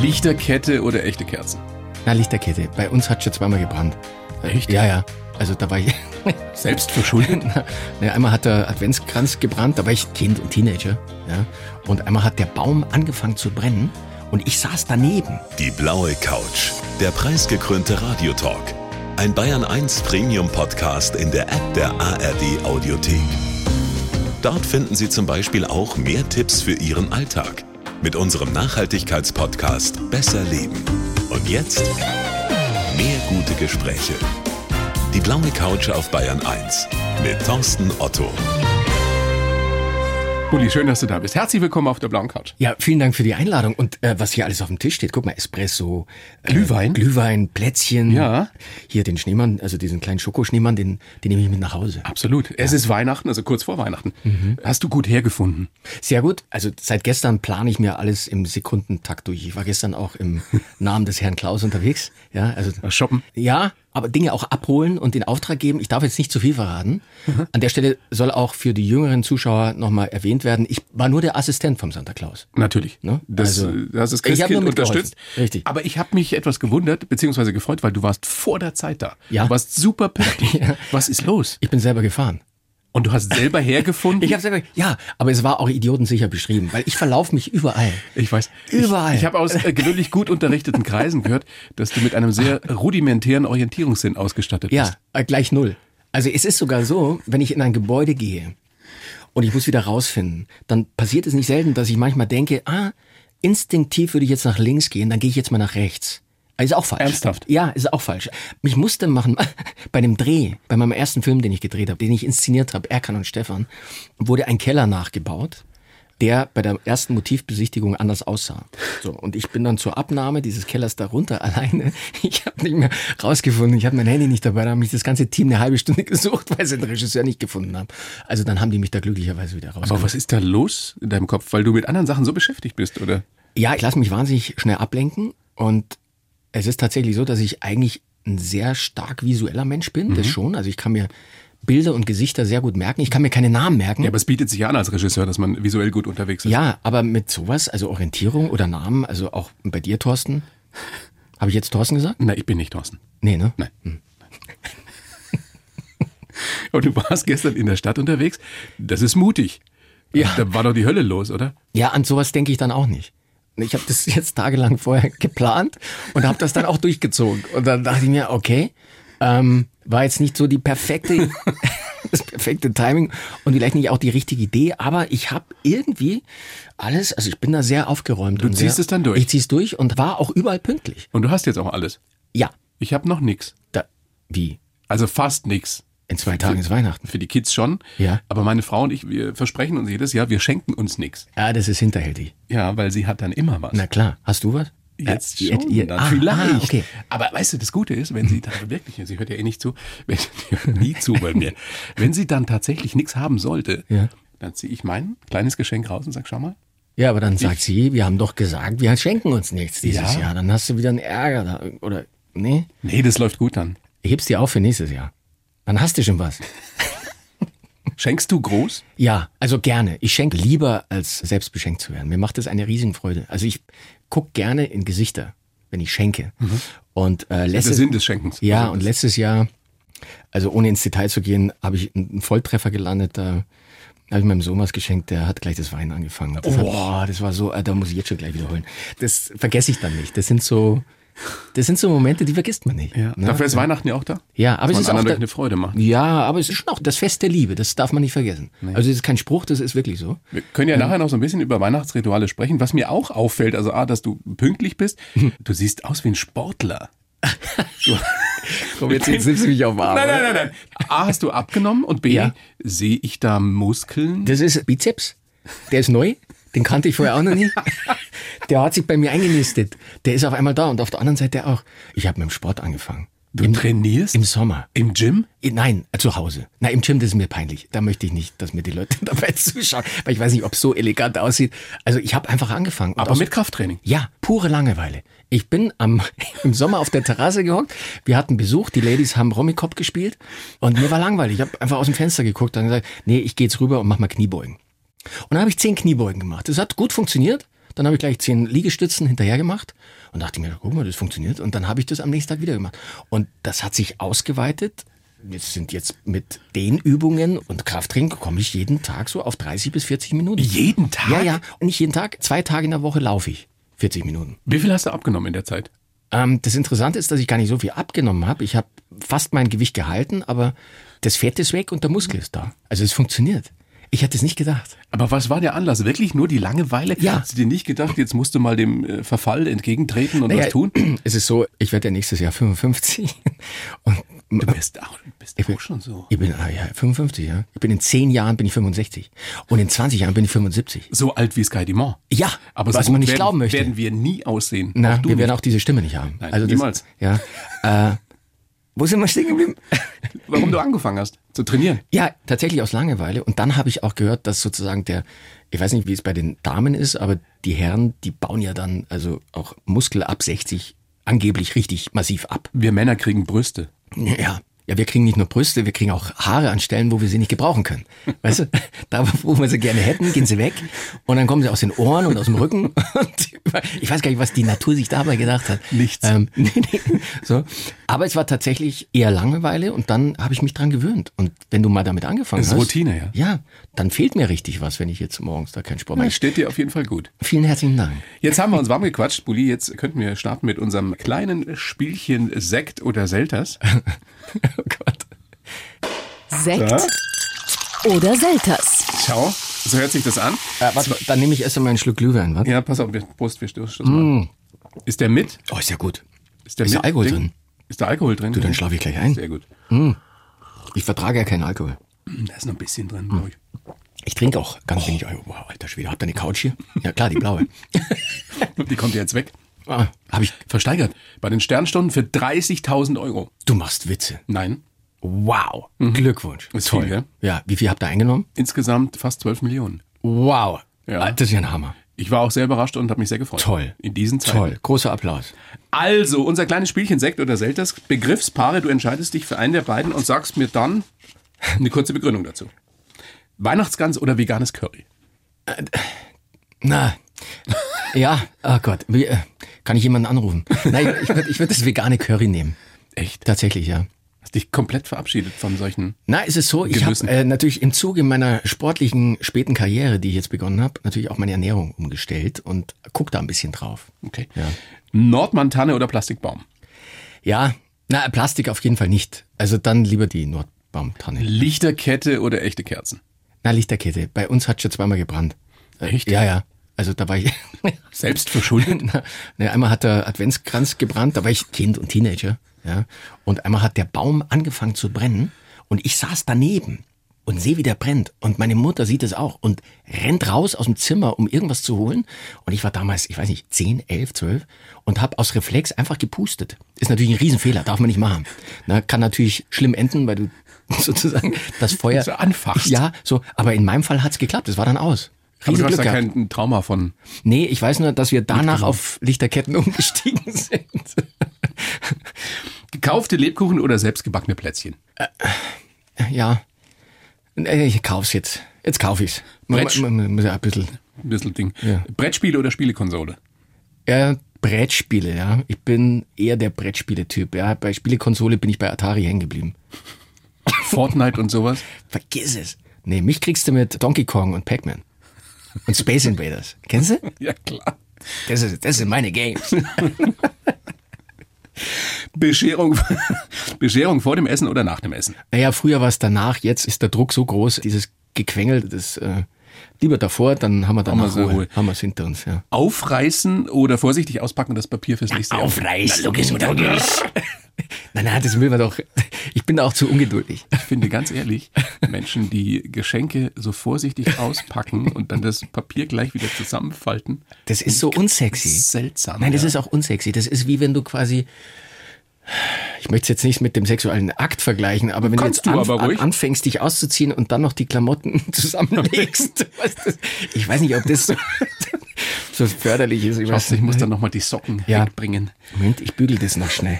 Lichterkette oder echte Kerzen? Na, Lichterkette. Bei uns hat schon zweimal gebrannt. Äh, Echt? Ja, ja. Also da war ich. Selbst verschuldet? Ja, einmal hat der Adventskranz gebrannt, da war ich kind, Teenager. Ja. Und einmal hat der Baum angefangen zu brennen und ich saß daneben. Die blaue Couch. Der preisgekrönte Radiotalk. Ein Bayern 1 Premium Podcast in der App der ARD Audiothek. Dort finden Sie zum Beispiel auch mehr Tipps für Ihren Alltag mit unserem Nachhaltigkeitspodcast Besser Leben. Und jetzt mehr gute Gespräche. Die blaue Couch auf Bayern 1 mit Thorsten Otto. Uli, schön, dass du da bist. Herzlich willkommen auf der blauen Couch. Ja, vielen Dank für die Einladung. Und äh, was hier alles auf dem Tisch steht, guck mal, Espresso, äh, Glühwein? Glühwein, Plätzchen. Ja. Hier den Schneemann, also diesen kleinen Schokoschneemann, den, den nehme ich mit nach Hause. Absolut. Es ist Weihnachten, also kurz vor Weihnachten. Mhm. Hast du gut hergefunden? Sehr gut. Also seit gestern plane ich mir alles im Sekundentakt durch. Ich war gestern auch im Namen des Herrn Klaus unterwegs. Ja, also Äh, Shoppen? ja, aber Dinge auch abholen und in Auftrag geben. Ich darf jetzt nicht zu viel verraten. An der Stelle soll auch für die jüngeren Zuschauer nochmal erwähnt werden. Ich war nur der Assistent vom Santa Claus. Natürlich. Ne? Das, Also, äh, das ist ich hab nur Christkind mitgeholfen. unterstützt. Richtig. Aber ich habe mich etwas gewundert, beziehungsweise gefreut, weil du warst vor der Zeit da. Ja. Du warst super pünktlich. Was ist los? Ich bin selber gefahren. Und du hast selber hergefunden? Ich habe selber, ja, aber es war auch idiotensicher beschrieben, weil ich verlaufe mich überall. Ich weiß. Überall. Ich, ich habe aus äh, gewöhnlich gut unterrichteten Kreisen gehört, dass du mit einem sehr rudimentären Orientierungssinn ausgestattet Ja, bist. äh, gleich null. Also es ist sogar so, wenn ich in ein Gebäude gehe und ich muss wieder rausfinden, dann passiert es nicht selten, dass ich manchmal denke, ah, instinktiv würde ich jetzt nach links gehen, dann gehe ich jetzt mal nach rechts. Also ist auch falsch. Ernsthaft? Ja, ist auch falsch. Mich musste machen, bei dem Dreh, bei meinem ersten Film, den ich gedreht habe, den ich inszeniert habe, Erkan und Stefan, wurde ein Keller nachgebaut, der bei der ersten Motivbesichtigung anders aussah. So, und ich bin dann zur Abnahme dieses Kellers darunter alleine. Ich habe nicht mehr rausgefunden, ich habe mein Handy nicht dabei, da haben mich das ganze Team eine halbe Stunde gesucht, weil sie den Regisseur nicht gefunden haben. Also dann haben die mich da glücklicherweise wieder rausgefunden. Aber was ist da los in deinem Kopf? Weil du mit anderen Sachen so beschäftigt bist, oder? Ja, ich lasse mich wahnsinnig schnell ablenken und es ist tatsächlich so, dass ich eigentlich ein sehr stark visueller Mensch bin, das schon. Also ich kann mir Bilder und Gesichter sehr gut merken. Ich kann mir keine Namen merken. Ja, Ja, aber es bietet sich ja an als Regisseur, dass man visuell gut unterwegs ist. aber mit sowas, also Orientierung oder Namen, also auch bei dir, Thorsten. Habe ich jetzt Thorsten gesagt? Na, ich bin nicht Thorsten. Nee, ne? Nein. Aber du warst gestern in der Stadt unterwegs. Das ist mutig. Ja. Da war doch die Hölle los, oder? Ja, an sowas denke ich dann auch nicht. Ich habe das jetzt tagelang vorher geplant und habe das dann auch durchgezogen. Und dann dachte ich mir, okay, ähm, war jetzt nicht so die perfekte, das perfekte Timing und vielleicht nicht auch die richtige Idee, aber ich habe irgendwie alles, also ich bin da sehr aufgeräumt. Du ziehst sehr, es dann durch? Ich zieh's durch und war auch überall pünktlich. Und du hast jetzt auch alles. Ja, Ich habe noch nix. da, wie? Also fast nix. In zwei Tagen ist Weihnachten. Für die Kids schon. Ja. Aber meine Frau und ich, wir versprechen uns jedes Jahr, wir schenken uns nix. Ja, das ist hinterhältig. Ja, weil sie hat dann immer was. Na klar, hast du was? Jetzt Äh, schon, ihr- dann ah, vielleicht. Ah, okay. Aber weißt du, das Gute ist, wenn sie dann wirklich, sie hört ja eh nicht zu, wenn, die hört nie zu bei mir, wenn sie dann tatsächlich nichts haben sollte, Ja. dann ziehe ich mein kleines Geschenk raus und sag, schau mal, Ja, aber dann sagt sie, wir haben doch gesagt, wir schenken uns nichts dieses Ja. Jahr. Dann hast du wieder einen Ärger. Da, oder, nee, nee, das läuft gut dann. ich heb's dir auf für nächstes Jahr. Dann hast du schon was. Schenkst du groß? Ja, also gerne. Ich schenke lieber, als selbst beschenkt zu werden. Mir macht das eine Riesenfreude. Also ich guck gerne in Gesichter, wenn ich schenke. Und äh, Das ist der letztes, Sinn des Schenkens. ja, Also, und letztes Jahr, also ohne ins Detail zu gehen, habe ich einen Volltreffer gelandet. Da habe ich meinem Sohn was geschenkt, der hat gleich das Weinen angefangen. Das, hat, boah, das war so, äh, da muss ich jetzt schon gleich wiederholen. Das vergesse ich dann nicht. Das sind so, das sind so Momente, die vergisst man nicht. ja. ne? Dafür ist Weihnachten ja auch da. Ja, Dass aber es man ist anderen auch durch da- eine Freude machen. ja, aber es ist schon auch das Fest der Liebe, das darf man nicht vergessen. Also das ist kein Spruch, das ist wirklich so. Wir können ja nachher noch so ein bisschen über Weihnachtsrituale sprechen. Was mir auch auffällt, also A, dass du pünktlich bist, du siehst aus wie ein Sportler. Du, Komm, jetzt, jetzt nimmst du mich auf den Arm. Nein, nein, oder? nein, nein. A, hast du abgenommen und B, Ja. sehe ich da Muskeln? Das ist Bizeps. Der ist neu. Den kannte ich vorher auch noch nicht. Der hat sich bei mir eingenistet. Der ist auf einmal da und auf der anderen Seite auch. Ich habe mit dem Sport angefangen. Du trainierst Im Sommer. im Gym? Eh, Nein, zu Hause. Na, im Gym, das ist mir peinlich. Da möchte ich nicht, dass mir die Leute dabei zuschauen, weil ich weiß nicht, ob es so elegant aussieht. Also ich habe einfach angefangen. Und Aber aus- mit Krafttraining. ja, pure Langeweile. Ich bin am, im Sommer auf der Terrasse gehockt. Wir hatten Besuch, die Ladies haben Rommikop gespielt und mir war langweilig. Ich habe einfach aus dem Fenster geguckt und gesagt, nee, ich gehe jetzt rüber und mach mal Kniebeugen. Und dann habe ich zehn Kniebeugen gemacht. Das hat gut funktioniert. Dann habe ich gleich zehn Liegestützen hinterher gemacht und dachte mir, guck mal, das funktioniert. Und dann habe ich das am nächsten Tag wieder gemacht. Und das hat sich ausgeweitet. Wir sind jetzt mit den Übungen und Krafttraining komme ich jeden Tag so auf 30 bis 40 Minuten. Jeden Tag? Ja, ja. Und nicht jeden Tag. Zwei Tage in der Woche laufe ich 40 Minuten. Wie viel hast du abgenommen in der Zeit? Ähm, das Interessante ist, dass ich gar nicht so viel abgenommen habe. Ich habe fast mein Gewicht gehalten, aber das Fett ist weg und der Muskel ist da. Also es funktioniert. Ich hätte es nicht gedacht. Aber was war der Anlass? Wirklich nur die Langeweile? Ja. Hast du dir nicht gedacht, jetzt musst du mal dem äh, Verfall entgegentreten und was tun? Es ist so, ich werde ja nächstes Jahr 55 und Du bist auch, du bist auch schon so. ich bin ah ja, 55, ja. Ich bin in 10 Jahren bin ich 65 und in 20 Jahren bin ich 75. So alt wie Sky Dumont. Ja, aber was so gut man nicht werden, glauben möchte. werden wir nie aussehen. Na, Auch du wir werden nicht. auch diese Stimme nicht haben. Also Nein, das- niemals. Ja. Äh, wo sind wir stehen geblieben? Warum du angefangen hast zu trainieren? Ja, tatsächlich aus Langeweile. Und dann habe ich auch gehört, dass sozusagen der, ich weiß nicht, wie es bei den Damen ist, aber die Herren, die bauen ja dann also auch Muskel ab 60 angeblich richtig massiv ab. Wir Männer kriegen Brüste. Ja. Ja, wir kriegen nicht nur Brüste, wir kriegen auch Haare an Stellen, wo wir sie nicht gebrauchen können. Weißt du, da wo wir sie gerne hätten, gehen sie weg und dann kommen sie aus den Ohren und aus dem Rücken. Und ich weiß gar nicht, was die Natur sich dabei gedacht hat. Nichts. Ähm, nee, nee, so. Aber es war tatsächlich eher Langeweile und dann habe ich mich dran gewöhnt. Und wenn du mal damit angefangen Das ist hast. Routine, ja. Ja, dann fehlt mir richtig was, wenn ich jetzt morgens da keinen Sport mache. Das steht dir auf jeden Fall gut. Vielen herzlichen Dank. Jetzt haben wir uns warm gequatscht, Bulli. Jetzt könnten wir starten mit unserem kleinen Spielchen Sekt oder Selters. Oh Gott. Ja. Sekt oder Selters. Schau, so hört sich das an. Äh, warte, mal, dann nehme ich erst einmal einen Schluck Glühwein, was? Ja, pass auf, wir, Prost, wir stoßen mal. Ist der mit? Oh, ist ja gut. Ist der, Mm. Ist mit da Alkohol Ding? drin? Ist da Alkohol drin? Du, dann schlafe ich gleich ein. Sehr gut. Ich vertrage ja keinen Alkohol. Da ist noch ein bisschen drin, glaub ich. Ich trinke auch Oh. ganz wenig. Alkohol. Wow, alter Schwede, habt ihr eine Couch hier? Ja klar, die blaue. Hm, Die kommt jetzt weg. ah, hab ich, Versteigert. Bei den Sternstunden für 30.000 Euro. du machst Witze. Nein. Wow. Glückwunsch. Mhm. Ist Toll. viel, gell? ja, wie viel habt ihr eingenommen? Insgesamt fast 12 Millionen. Wow. Ja. Ah, Das ist ja ein Hammer. Ich war auch sehr überrascht und habe mich sehr gefreut. Toll. In diesen Zeiten. Toll. Großer Applaus. Also, unser kleines Spielchen Sekt oder Selters. Begriffspaare, du entscheidest dich für einen der beiden und sagst mir dann eine kurze Begründung dazu. Weihnachtsgans oder veganes Curry? Na, ja, oh Gott. Wie, äh, kann ich jemanden anrufen? Nein, ich würde ich würd das vegane Curry nehmen. Echt? Tatsächlich, ja. Hast dich komplett verabschiedet von solchen. Na, es ist so, ich habe Genüssen. äh, natürlich im Zuge meiner sportlichen späten Karriere, die ich jetzt begonnen habe, natürlich auch meine Ernährung umgestellt und guck da ein bisschen drauf. Okay. Nordmantanne oder Plastikbaum? Ja, na, Plastik auf jeden Fall nicht. Also dann lieber die Nordbaumtanne. Lichterkette oder echte Kerzen? Na, Lichterkette. Bei uns hat schon zweimal gebrannt. Äh, Echt? Ja, ja. Also da war ich. Selbst verschuldet? na, na, einmal hat der Adventskranz gebrannt, da war ich Kind und Teenager. Ja. Und einmal hat der Baum angefangen zu brennen und ich saß daneben und sehe, wie der brennt. Und meine Mutter sieht es auch und rennt raus aus dem Zimmer, um irgendwas zu holen. Und ich war damals, ich weiß nicht, 10, 11, 12 und habe aus Reflex einfach gepustet. Ist natürlich ein Riesenfehler, darf man nicht machen. Na, kann natürlich schlimm enden, weil du sozusagen das Feuer... So anfachst. Ja, so. Aber in meinem Fall hat's geklappt, es war dann aus. Aber du hast Riesenglück da gehabt. kein Trauma von. Nee, ich weiß nur, dass wir danach auf Lichterketten umgestiegen sind. Gekaufte Lebkuchen oder selbstgebackene Plätzchen? ja. Nee, Ich kauf's jetzt. Jetzt kauf ich's. Man, Bretsch- man, man muss ja ein bisschen. Ein bisschen Ding. Ja. Brettspiele oder Spielekonsole? Ja, Brettspiele, ja. Ich bin eher der Brettspiele-Typ. Ja. Bei Spielekonsole bin ich bei Atari hängen geblieben. Fortnite und sowas? Vergiss es. Nee, mich kriegst du mit Donkey Kong und Pac-Man. Und Space Invaders. Kennst du? Ja, klar. Das, ist, das sind meine Games. Bescherung, Bescherung vor dem Essen oder nach dem Essen? Naja, früher war es danach, jetzt ist der Druck so groß, dieses Gequengel, das äh, lieber davor, dann haben wir danach wir's in Ruhe. Ruhe. Haben wir es hinter uns, ja. Aufreißen oder vorsichtig auspacken und das Papier fürs nächste Jahr. Aufreißen. Lukas, Lukas. Nein, nein, das will man doch. Ich bin da auch zu ungeduldig. Ich finde ganz ehrlich, Menschen, die Geschenke so vorsichtig auspacken und dann das Papier gleich wieder zusammenfalten, Das ist so unsexy. seltsam. Nein, das ja. ist auch unsexy. Das ist wie wenn du quasi. Ich möchte es jetzt nicht mit dem sexuellen Akt vergleichen, aber wenn du Kannst jetzt du aber ruhig. anfängst, dich auszuziehen und dann noch die Klamotten zusammenlegst, weißt du, ich weiß nicht, ob das so, so förderlich ist. Ich, Ich weiß hoffe, ich nicht. muss dann nochmal die Socken Ja. wegbringen. Moment, ich bügel das noch schnell.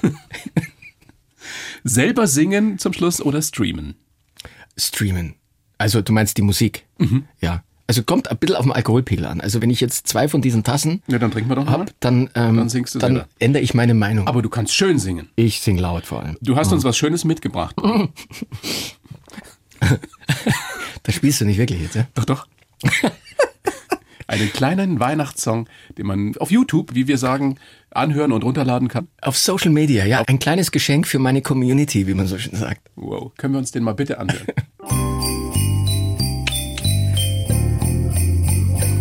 Selber singen zum Schluss oder streamen? Mhm. Streamen. Also du meinst die Musik? Ja. Also kommt ein bisschen auf den Alkoholpegel an. Also wenn ich jetzt zwei von diesen Tassen Ja, dann trinken wir doch mal. hab, dann, ähm, Dann singst du dann selber. ändere ich meine Meinung. Aber du kannst schön singen. ich sing laut vor allem. Du hast uns was Schönes mitgebracht. Mhm. Das spielst du nicht wirklich jetzt, ja? Doch, doch. Einen kleinen Weihnachtssong, den man auf YouTube, wie wir sagen, anhören und runterladen kann. Auf Social Media, ja. Ein kleines Geschenk für meine Community, wie man so schön sagt. Wow, können wir uns den mal bitte anhören?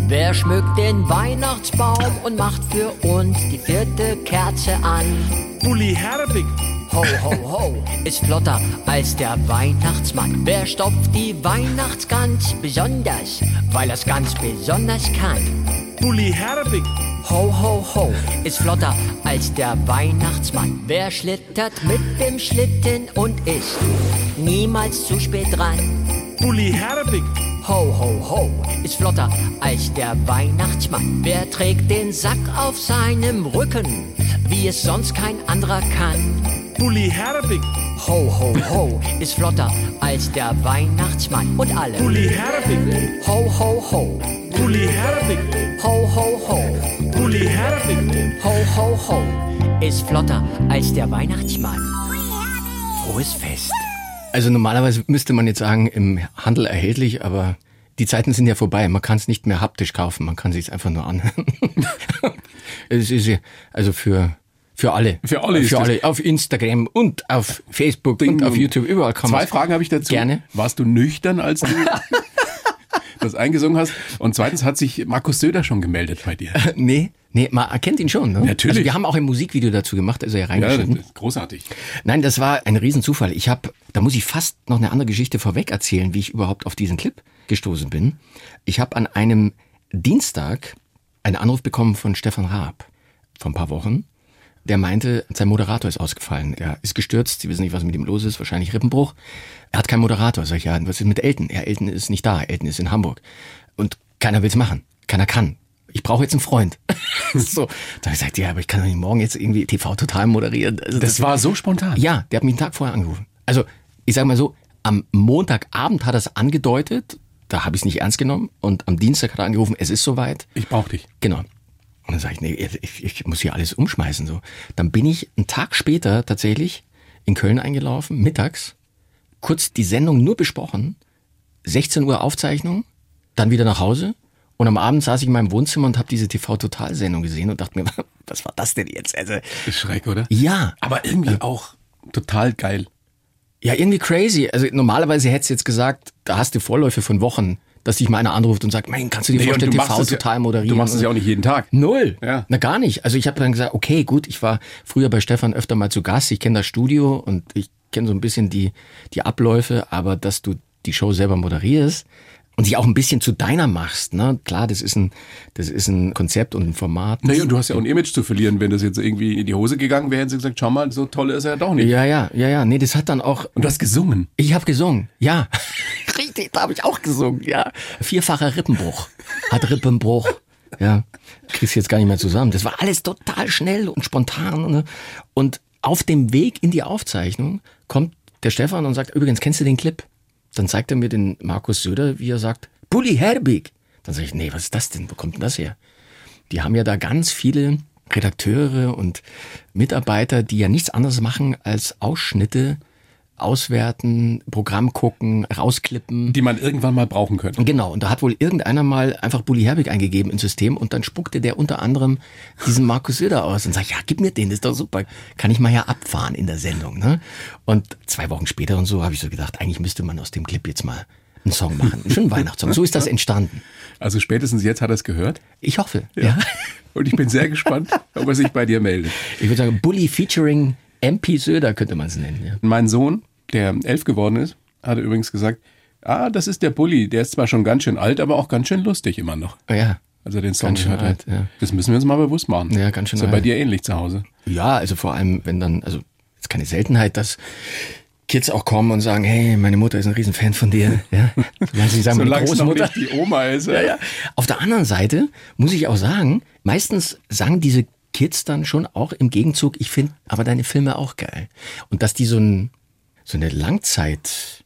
Wer schmückt den Weihnachtsbaum und macht für uns die vierte Kerze an? Bulli Herbig, Ho, ho, ho, ist flotter als der Weihnachtsmann. Wer stopft die Weihnachtsgans besonders, weil er's ganz besonders kann? Bulli Herbig, Ho, ho, ho, ist flotter als der Weihnachtsmann. Wer schlittert mit dem Schlitten und ist niemals zu spät dran? Bulli Herbig, Ho, ho, ho, ist flotter als der Weihnachtsmann. Wer trägt den Sack auf seinem Rücken, wie es sonst kein anderer kann? Bulli Herbig, Ho, ho, ho, ist flotter als der Weihnachtsmann. Und alle. Bulli Herbig, Ho, ho, ho, Bulli Herbig, ho, ho, ho, Bulli Herbig, ho, ho, ho, ist flotter als der Weihnachtsmann. Frohes Fest. Also normalerweise müsste man jetzt sagen, im Handel erhältlich, aber die Zeiten sind ja vorbei. Man kann es nicht mehr haptisch kaufen, man kann sich einfach nur anhören. es ist ja, also für für alle. Für alle ist Für das- alle. Auf Instagram und auf Facebook und auf YouTube. Überall kann Zwei man's- Fragen habe ich dazu. Gerne. Warst du nüchtern, als du das eingesungen hast? Und zweitens hat sich Markus Söder schon gemeldet bei dir. Nee, nee, man erkennt ihn schon. Ne? Natürlich. Also wir haben auch ein Musikvideo dazu gemacht, also ja Ja, das reingeschnitten. ist großartig. Nein, das war ein Riesenzufall. Ich habe, da muss ich fast noch eine andere Geschichte vorweg erzählen, wie ich überhaupt auf diesen Clip gestoßen bin. Ich habe an einem Dienstag einen Anruf bekommen von Stefan Raab vor ein paar Wochen. Der meinte, sein Moderator ist ausgefallen. Er ist gestürzt. Sie wissen nicht, was mit ihm los ist. Wahrscheinlich Rippenbruch. Er hat keinen Moderator. Sag ich, ja, was ist mit Elton? Ja, Elton ist nicht da. Elton ist in Hamburg. Und keiner will's machen. Keiner kann. Ich brauche jetzt einen Freund. so. Da habe ich gesagt, ja, aber ich kann doch nicht morgen jetzt irgendwie TV total moderieren. Also Das war so spontan. ja, der hat mich einen Tag vorher angerufen. Also, ich sag mal so, am Montagabend hat er es angedeutet, da habe ich es nicht ernst genommen und am Dienstag hat er angerufen, es ist soweit. Ich brauche dich. Genau. Und dann sage ich, nee, ich, ich muss hier alles umschmeißen. So. Dann bin ich einen Tag später tatsächlich in Köln eingelaufen, mittags, kurz die Sendung nur besprochen, 16 Uhr Aufzeichnung, dann wieder nach Hause. Und am Abend saß ich in meinem Wohnzimmer und habe diese TV-Total-Sendung gesehen und dachte mir, was war das denn jetzt? Also, Ist schräg, oder? ja. Aber irgendwie auch total geil. Ja, irgendwie crazy. Also normalerweise hättest du jetzt gesagt, da hast du Vorläufe von Wochen, dass dich mal einer anruft und sagt, mein, kannst du dir Nee, und vorstellen, du machst TV es ja- total moderieren? ne? du machst es ja auch nicht jeden Tag. Null. Ja. Na gar nicht. Also ich habe dann gesagt, okay, gut, ich war früher bei Stefan öfter mal zu Gast, ich kenne das Studio und ich kenne so ein bisschen die, die Abläufe, aber dass du die Show selber moderierst und dich auch ein bisschen zu deiner machst, ne? Klar, das ist ein, das ist ein Konzept und ein Format. Naja, und du hast ja auch ein Image zu verlieren. Wenn das jetzt irgendwie in die Hose gegangen wäre, hätten sie gesagt, schau mal, so toll ist er ja doch nicht. Ja, ja, ja, ja. Nee, das hat dann auch Und du hast gesungen. Ich habe gesungen, ja. Richtig, da habe ich auch gesungen, ja. Vierfacher Rippenbruch. Hat Rippenbruch. Ja. Kriegst jetzt gar nicht mehr zusammen. Das war alles total schnell und spontan. Ne? Und auf dem Weg in die Aufzeichnung kommt der Stefan und sagt, übrigens, kennst du den Clip? Dann zeigt er mir den Markus Söder, wie er sagt, Bulli Herbig. Dann sage ich, nee, was ist das denn? Wo kommt denn das her? Die haben ja da ganz viele Redakteure und Mitarbeiter, die ja nichts anderes machen als Ausschnitte auswerten, Programm gucken, rausklippen. Die man irgendwann mal brauchen könnte. Genau, und da hat wohl irgendeiner mal einfach Bulli Herbig eingegeben ins System und dann spuckte der unter anderem diesen Markus Söder aus und sagt, ja, gib mir den, das ist doch super, kann ich mal ja abfahren in der Sendung. Ne? Und zwei Wochen später und so habe ich so gedacht, eigentlich müsste man aus dem Clip jetzt mal einen Song machen, einen schönen Weihnachtssong. So ist das entstanden. Also spätestens jetzt hat er es gehört. Ich hoffe, ja. Und ich bin sehr gespannt, ob er sich bei dir meldet. Ich würde sagen, Bully featuring MP Söder könnte man es nennen. Ja. Mein Sohn, der elf geworden ist, hat übrigens gesagt, ah, das ist der Bulli. Der ist zwar schon ganz schön alt, aber auch ganz schön lustig immer noch. Oh ja. Als er den Song Ganz schön gehört hat. alt, ja. Das müssen wir uns mal bewusst machen. Ja, ganz schön Ist ja bei alt. dir ähnlich zu Hause. Ja, also vor allem, wenn dann, also ist keine Seltenheit, dass Kids auch kommen und sagen, hey, meine Mutter ist ein Riesenfan von dir. Ja, solange sie sagen, meine Solange es noch Großmutter. nicht die Oma ist. Ja, ja. Auf der anderen Seite muss ich auch sagen, meistens sagen diese Kids dann schon auch im Gegenzug, ich finde aber deine Filme auch geil. Und dass die so, ein, so eine Langzeitwirkung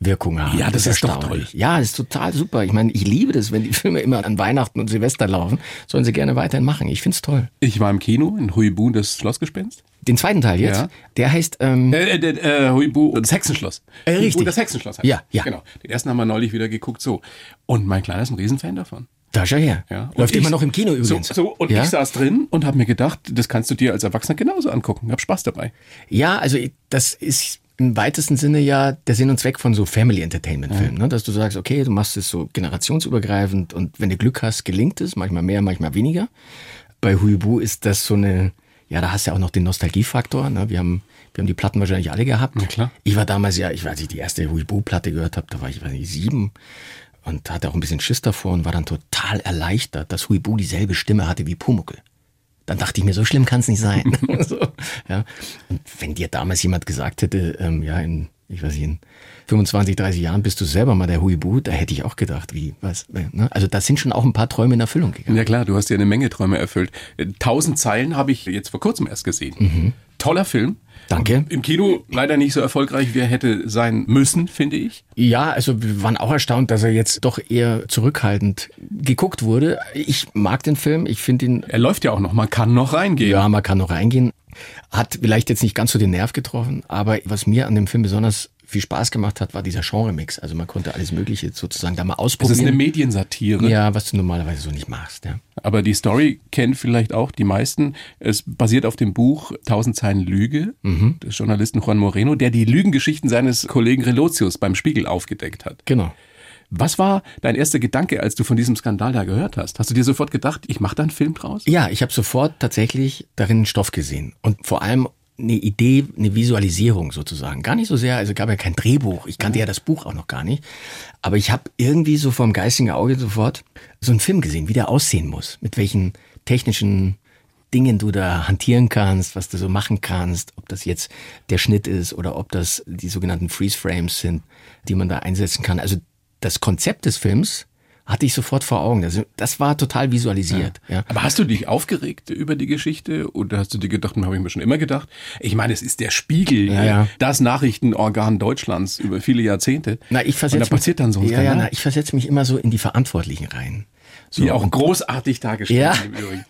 Wirkung haben. Ja, das ist doch erstaunlich. Ja, das ist total super. Ich meine, ich liebe das, wenn die Filme immer an Weihnachten und Silvester laufen. Sollen sie gerne weiterhin machen. Ich find's toll. Ich war im Kino in Huibu und das Schlossgespenst. Den zweiten Teil jetzt, Ja. der heißt, ähm, Äh, äh, äh, Huibu und das Hexenschloss. Äh, Huibu richtig. und das Hexenschloss. heißt Ja, es. ja. Genau. Den ersten haben wir neulich wieder geguckt. So. Und mein Kleiner ist ein Riesenfan davon. da schau her, Ja. Und läuft ich- immer noch im Kino übrigens. So, so und ja? ich saß drin und habe mir gedacht, das kannst du dir als Erwachsener genauso angucken. Hab Spaß dabei. Ja, also ich- das ist im weitesten Sinne ja der Sinn und Zweck von so Family Entertainment Filmen, ne? dass du sagst, okay, du machst es so generationsübergreifend und wenn du Glück hast, gelingt es, manchmal mehr, manchmal weniger. Bei Huibu ist das so eine, ja, da hast du ja auch noch den Nostalgiefaktor. Ne? Wir, haben, wir haben die Platten wahrscheinlich alle gehabt. Na klar. Ich war damals ja, ich weiß nicht, die erste Huibu-Platte gehört habe, da war ich, weiß nicht, sieben und hatte auch ein bisschen Schiss davor und war dann total erleichtert, dass Huibu dieselbe Stimme hatte wie Pumuckl. Dann dachte ich mir, so schlimm kann es nicht sein. so, ja. Und wenn dir damals jemand gesagt hätte, ähm, ja, in, ich weiß nicht, in 25, 30 Jahren bist du selber mal der Huibu, da hätte ich auch gedacht, wie, was, äh, ne? Also da sind schon auch ein paar Träume in Erfüllung gegangen. Ja klar, du hast ja eine Menge Träume erfüllt. Tausend Zeilen habe ich jetzt vor kurzem erst gesehen. Toller Film. Mhm. Danke. Im Kino leider nicht so erfolgreich, wie er hätte sein müssen, finde ich. Ja, also wir waren auch erstaunt, dass er jetzt doch eher zurückhaltend geguckt wurde. Ich mag den Film, ich finde ihn Er läuft ja auch noch, man kann noch reingehen. Ja, man kann noch reingehen. Hat vielleicht jetzt nicht ganz so den Nerv getroffen, aber was mir an dem Film besonders viel Spaß gemacht hat, war dieser Genre-Mix. Also man konnte alles Mögliche sozusagen da mal Es ausprobieren. ist eine Mediensatire, ja, was du normalerweise so nicht machst. Ja. aber die Story kennen vielleicht auch die meisten. Es basiert auf dem Buch Tausend Zeilen Lüge Mhm. des Journalisten Juan Moreno, der die Lügengeschichten seines Kollegen Relotius beim Spiegel aufgedeckt hat. Genau. Was war dein erster Gedanke, als du von diesem Skandal da gehört hast? Hast du dir sofort gedacht, ich mache da einen Film draus? Ja, ich habe sofort tatsächlich darin einen Stoff gesehen und vor allem eine Idee, eine Visualisierung sozusagen. Gar nicht so sehr, also gab ja kein Drehbuch. Ich kannte ja das Buch auch noch gar nicht. Aber ich habe irgendwie so vom geistigen Auge sofort so einen Film gesehen, wie der aussehen muss, mit welchen technischen Dingen du da hantieren kannst, was du so machen kannst, ob das jetzt der Schnitt ist oder ob das die sogenannten Freeze Frames sind, die man da einsetzen kann. Also das Konzept des Films hatte ich sofort vor Augen. Also das war total visualisiert. Ja. Aber hast du dich aufgeregt über die Geschichte oder hast du dir gedacht, habe ich mir schon immer gedacht? Ich meine, es ist der Spiegel, Ja, ja. das Nachrichtenorgan Deutschlands über viele Jahrzehnte. Na, ich versetze Und da passiert dann so ein mich, ja, ja, Skandal, na, ich versetze mich immer so in die Verantwortlichen rein. So, die auch und großartig dargestellt Ja. sind im Übrigen.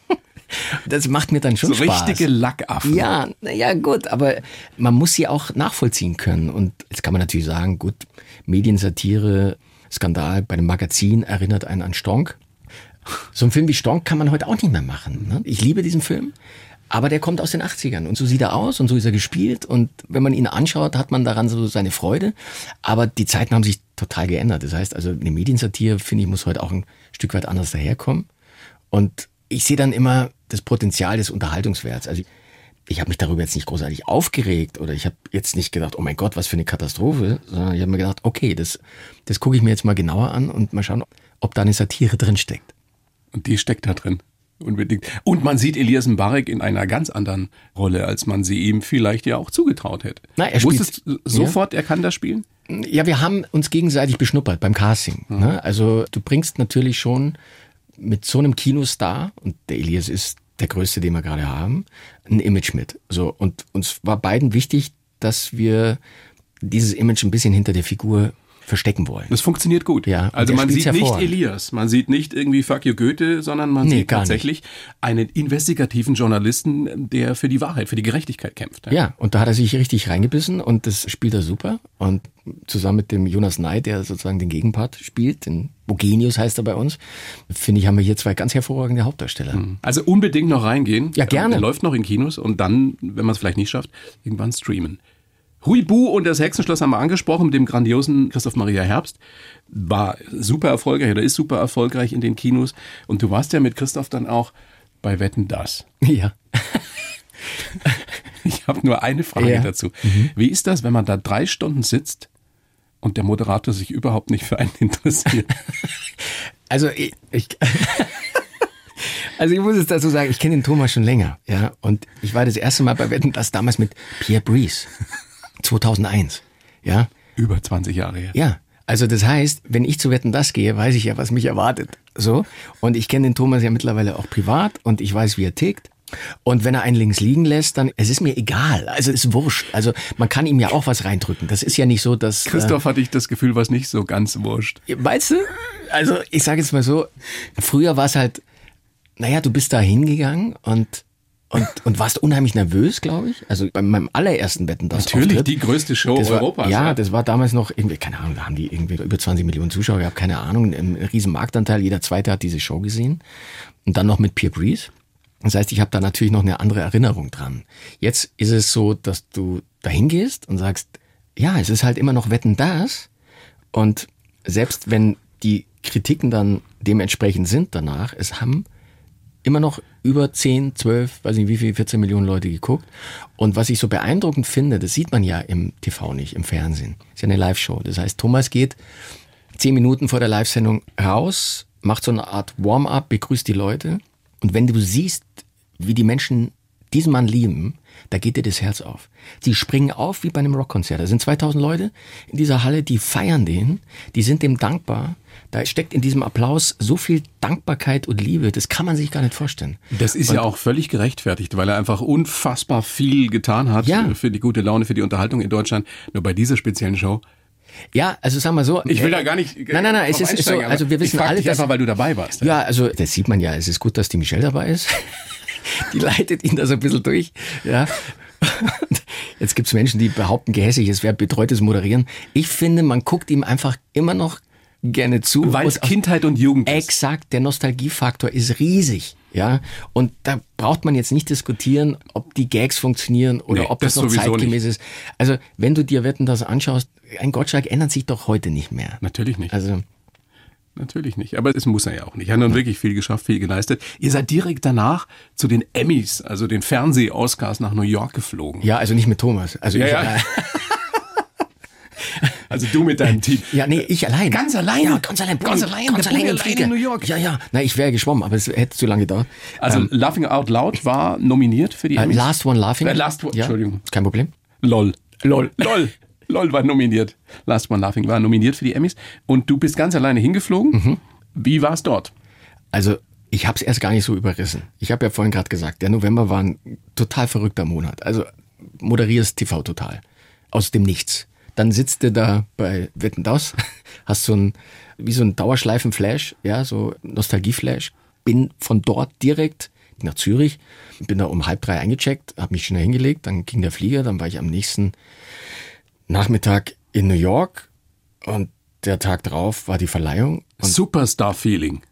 das macht mir dann So schon Spaß. richtige Lackaffen. ja, na ja, gut, aber man muss sie auch nachvollziehen können. Und jetzt kann man natürlich sagen, gut, Mediensatire, Skandal bei dem Magazin erinnert einen an Stonk. So einen Film wie Stonk kann man heute auch nicht mehr machen. Ne? Ich liebe diesen Film, aber der kommt aus den 80ern und so sieht er aus und so ist er gespielt und wenn man ihn anschaut, hat man daran so seine Freude. Aber die Zeiten haben sich total geändert. Das heißt also, eine Mediensatire, finde ich, muss heute auch ein Stück weit anders daherkommen. Und ich sehe dann immer das Potenzial des Unterhaltungswerts. Also ich habe mich darüber jetzt nicht großartig aufgeregt oder ich habe jetzt nicht gedacht, oh mein Gott, was für eine Katastrophe, sondern ich habe mir gedacht, okay, das, das gucke ich mir jetzt mal genauer an und mal schauen, ob da eine Satire drin steckt. Und die steckt da drin. Unbedingt. Und man sieht Elias Mbarek in einer ganz anderen Rolle, als man sie ihm vielleicht ja auch zugetraut hätte. Na, er spielt- Wusstest du sofort, er kann das spielen? Ja, wir haben uns gegenseitig beschnuppert beim Casting. Ne? Also du bringst natürlich schon mit so einem Kinostar, und der Elias ist der größte, den wir gerade haben, ein Image mit. So, und uns war beiden wichtig, dass wir dieses Image ein bisschen hinter der Figur verstecken wollen. Das funktioniert gut. Ja, und also er man spielt's sieht nicht hervorragend. Elias, man sieht nicht irgendwie Fuck you Goethe, sondern man Nee, sieht gar nicht. tatsächlich einen investigativen Journalisten, der für die Wahrheit, für die Gerechtigkeit kämpft. Ja, und da hat er sich richtig reingebissen und das spielt er super. Und zusammen mit dem Jonas Ney, der sozusagen den Gegenpart spielt, den Bogenius heißt er bei uns, finde ich, haben wir hier zwei ganz hervorragende Hauptdarsteller. Also unbedingt noch reingehen. Ja, gerne. Ähm, läuft noch in Kinos und dann, wenn man es vielleicht nicht schafft, irgendwann streamen. Hui Bu und das Hexenschloss haben wir angesprochen mit dem grandiosen Christoph Maria Herbst. War super erfolgreich oder ist super erfolgreich in den Kinos. Und du warst ja mit Christoph dann auch bei Wetten das. Ja. Ich habe nur eine Frage Ja. Mhm. dazu. Wie ist das, wenn man da drei Stunden sitzt und der Moderator sich überhaupt nicht für einen interessiert? Also ich, ich Also ich muss es dazu sagen, ich kenne den Thomas schon länger, ja, und ich war das erste Mal bei Wetten das damals mit Pierre Breeze 2001, ja? Über 20 Jahre her. Ja, also das heißt, wenn ich zu Wetten das gehe, weiß ich ja, was mich erwartet. So. Und ich kenne den Thomas ja mittlerweile auch privat und ich weiß, wie er tickt. Und wenn er einen links liegen lässt, dann es ist mir egal. Also es ist wurscht. Also man kann ihm ja auch was reindrücken. Das ist ja nicht so, dass Christoph hatte ich das Gefühl, was nicht so ganz wurscht. Äh, weißt du? Also ich sage jetzt mal so: Früher war es halt, naja, du bist da hingegangen und und, und warst unheimlich nervös, glaube ich. Also bei meinem allerersten Betten das Natürlich, die größte Show das war, Europas, Ja, ja. das war damals noch irgendwie, keine Ahnung, da haben die irgendwie über 20 Millionen Zuschauer gehabt, keine Ahnung, ein riesen Marktanteil, jeder zweite hat diese Show gesehen. Und dann noch mit Pierre Breeze. Das heißt, ich habe da natürlich noch eine andere Erinnerung dran. Jetzt ist es so, dass du dahin gehst und sagst, ja, es ist halt immer noch Wetten das. Und selbst wenn die Kritiken dann dementsprechend sind danach, es haben immer noch über 10, 12, weiß nicht wie viel, 14 Millionen Leute geguckt. Und was ich so beeindruckend finde, das sieht man ja im TV nicht, im Fernsehen. Ist ja eine Live-Show. Das heißt, Thomas geht zehn Minuten vor der Live-Sendung raus, macht so eine Art Warm-up, begrüßt die Leute. Und wenn du siehst, wie die Menschen diesen Mann lieben, da geht dir das Herz auf. Die springen auf wie bei einem Rockkonzert. Da sind 2000 Leute in dieser Halle, die feiern den, die sind dem dankbar. Da steckt in diesem Applaus so viel Dankbarkeit und Liebe, das kann man sich gar nicht vorstellen. Das ist ja auch völlig gerechtfertigt, weil er einfach unfassbar viel getan hat Ja. für die gute Laune, für die Unterhaltung in Deutschland. Nur bei dieser speziellen Show. Ja, also sagen wir so. Ich will äh, da gar nicht. Nein, nein, nein, es drauf ist, ist so, einsteigen, aber also wir wissen ich frag alle, dich einfach, weil du dabei warst. Ja, also das sieht man ja. Es ist gut, dass die Michelle dabei ist. Die leitet ihn da so ein bisschen durch. Ja. Und Jetzt gibt's Menschen, die behaupten gehässig, es wäre betreutes Moderieren. Ich finde, man guckt ihm einfach immer noch gerne zu. Weil es Und aus- Kindheit und Jugend ist. Exakt, der Nostalgiefaktor ist riesig. Ja, und da braucht man jetzt nicht diskutieren, ob die Gags funktionieren oder Nee, ob das, das noch sowieso zeitgemäß ist. Also, wenn du dir Wetten das anschaust, ein Gottschalk ändert sich doch heute nicht mehr. Natürlich nicht. Also, Natürlich nicht. Aber es muss er ja auch nicht. Er hat nun wirklich viel geschafft, viel geleistet. Ihr seid direkt danach zu den Emmys, also den Fernseh-Oscars nach New York geflogen. ja, also nicht mit Thomas. Also, Ja, ich, ja. Also du mit deinem Team. Ja, nee, ich allein. Ganz allein? Ja, ganz allein. Ganz allein? Der Bube im allein Flieger. in New York? Ja, ja. Na, ich wäre geschwommen, aber es hätte zu lange gedauert. Also Laughing Out Loud war nominiert für die Ähm. Äh, Emmys. last One Laughing. Äh, last One, Entschulgung. Kein Problem. LOL. LOL. LOL. LOL war nominiert. Last One Laughing war nominiert für die Emmys. Und du bist ganz alleine hingeflogen. Wie war es dort? Also, ich habe es erst gar nicht so überrissen. Ich habe ja vorhin gerade gesagt, der November war ein total verrückter Monat. Also, moderierst TV total. Aus dem Nichts. Dann sitzt du da bei Wetten das, hast so ein, wie so ein Dauerschleifen-Flash, ja, so Nostalgie-Flash. Bin von dort direkt nach Zürich, bin da um halb drei eingecheckt, habe mich schnell hingelegt, dann ging der Flieger, dann war ich am nächsten Nachmittag in New York und der Tag drauf war die Verleihung und Superstar-Feeling.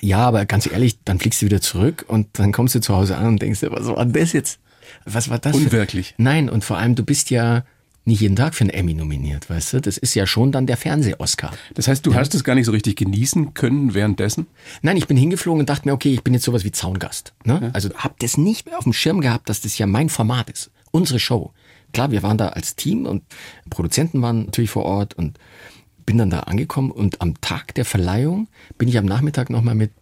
ja, aber ganz ehrlich, dann fliegst du wieder zurück und dann kommst du zu Hause an und denkst dir, was war das jetzt? Was war das? für- Unwirklich. Nein, und vor allem, du bist ja nicht jeden Tag für einen Emmy nominiert, weißt du? Das ist ja schon dann der Fernseh-Oscar. Das heißt, du hast es gar nicht so richtig genießen können währenddessen. Nein, ich bin hingeflogen und dachte mir, okay, ich bin jetzt sowas wie Zaungast. Ne? Also hab das nicht mehr auf dem Schirm gehabt, dass das ja mein Format ist. Unsere Show. Klar, wir waren da als Team und Produzenten waren natürlich vor Ort und bin dann da angekommen und am Tag der Verleihung bin ich am Nachmittag nochmal mit,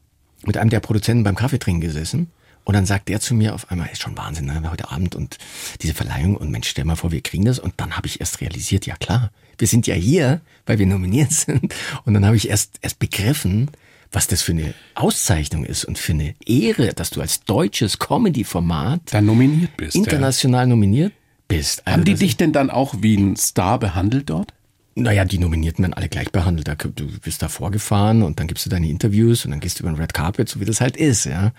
mit einem der Produzenten beim Kaffee trinken gesessen. Und dann sagt der zu mir auf einmal, ist schon Wahnsinn, ne? heute Abend und diese Verleihung und Mensch, stell mal vor, wir kriegen das. Und dann habe ich erst realisiert, ja klar, wir sind ja hier, weil wir nominiert sind. Und dann habe ich erst, erst begriffen, was das für eine Auszeichnung ist und für eine Ehre, dass du als deutsches Comedy-Format Da nominiert bist. ja. international nominiert bist. Also Haben die das- dich denn dann auch wie ein Star behandelt dort? Naja, die Nominierten werden alle gleich behandelt. Da- Du bist da vorgefahren und dann gibst du deine Interviews und dann gehst du über den Red Carpet, so wie das halt ist, ja.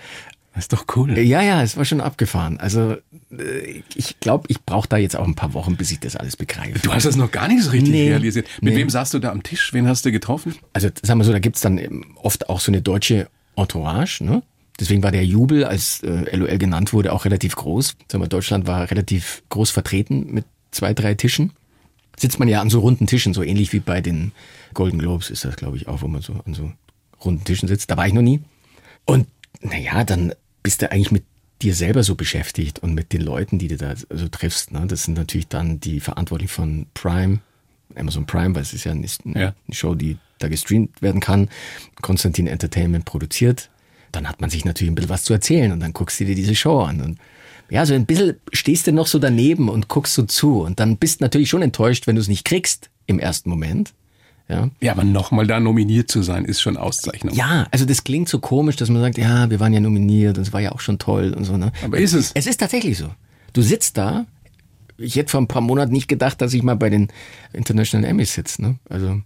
Das ist doch cool. Ja, ja, es war schon abgefahren. Also äh, ich glaube, ich brauche da jetzt auch ein paar Wochen, bis ich das alles begreife. Du hast das noch gar nicht so richtig Nee, realisiert. Mit nee. wem saßt du da am Tisch? Wen hast du getroffen? Also sagen wir so, da gibt's dann eben oft auch so eine deutsche Entourage, ne? Deswegen war der Jubel, als äh, LOL genannt wurde, auch relativ groß. Sagen wir, Deutschland war relativ groß vertreten mit zwei, drei Tischen. Sitzt man ja an so runden Tischen, so ähnlich wie bei den Golden Globes ist das, glaube ich, auch, wo man so an so runden Tischen sitzt. Da war ich noch nie. Und naja, dann bist du eigentlich mit dir selber so beschäftigt und mit den Leuten, die du da so triffst. Ne? Das sind natürlich dann die Verantwortlichen von Prime, Amazon Prime, weil es ist ja, ein, ist ein, Ja. eine Show, die da gestreamt werden kann. Konstantin Entertainment produziert. Dann hat man sich natürlich ein bisschen was zu erzählen und dann guckst du dir diese Show an. Und ja, so ein bisschen stehst du noch so daneben und guckst so zu. Und dann bist du natürlich schon enttäuscht, wenn du es nicht kriegst im ersten Moment. Ja? Ja, aber nochmal da nominiert zu sein, ist schon Auszeichnung. ja, also das klingt so komisch, dass man sagt, ja, wir waren ja nominiert und es war ja auch schon toll und so. Ne? Aber ist es? Es ist tatsächlich so. Du sitzt da. Ich hätte vor ein paar Monaten nicht gedacht, dass ich mal bei den International Emmys sitze. Ne? Also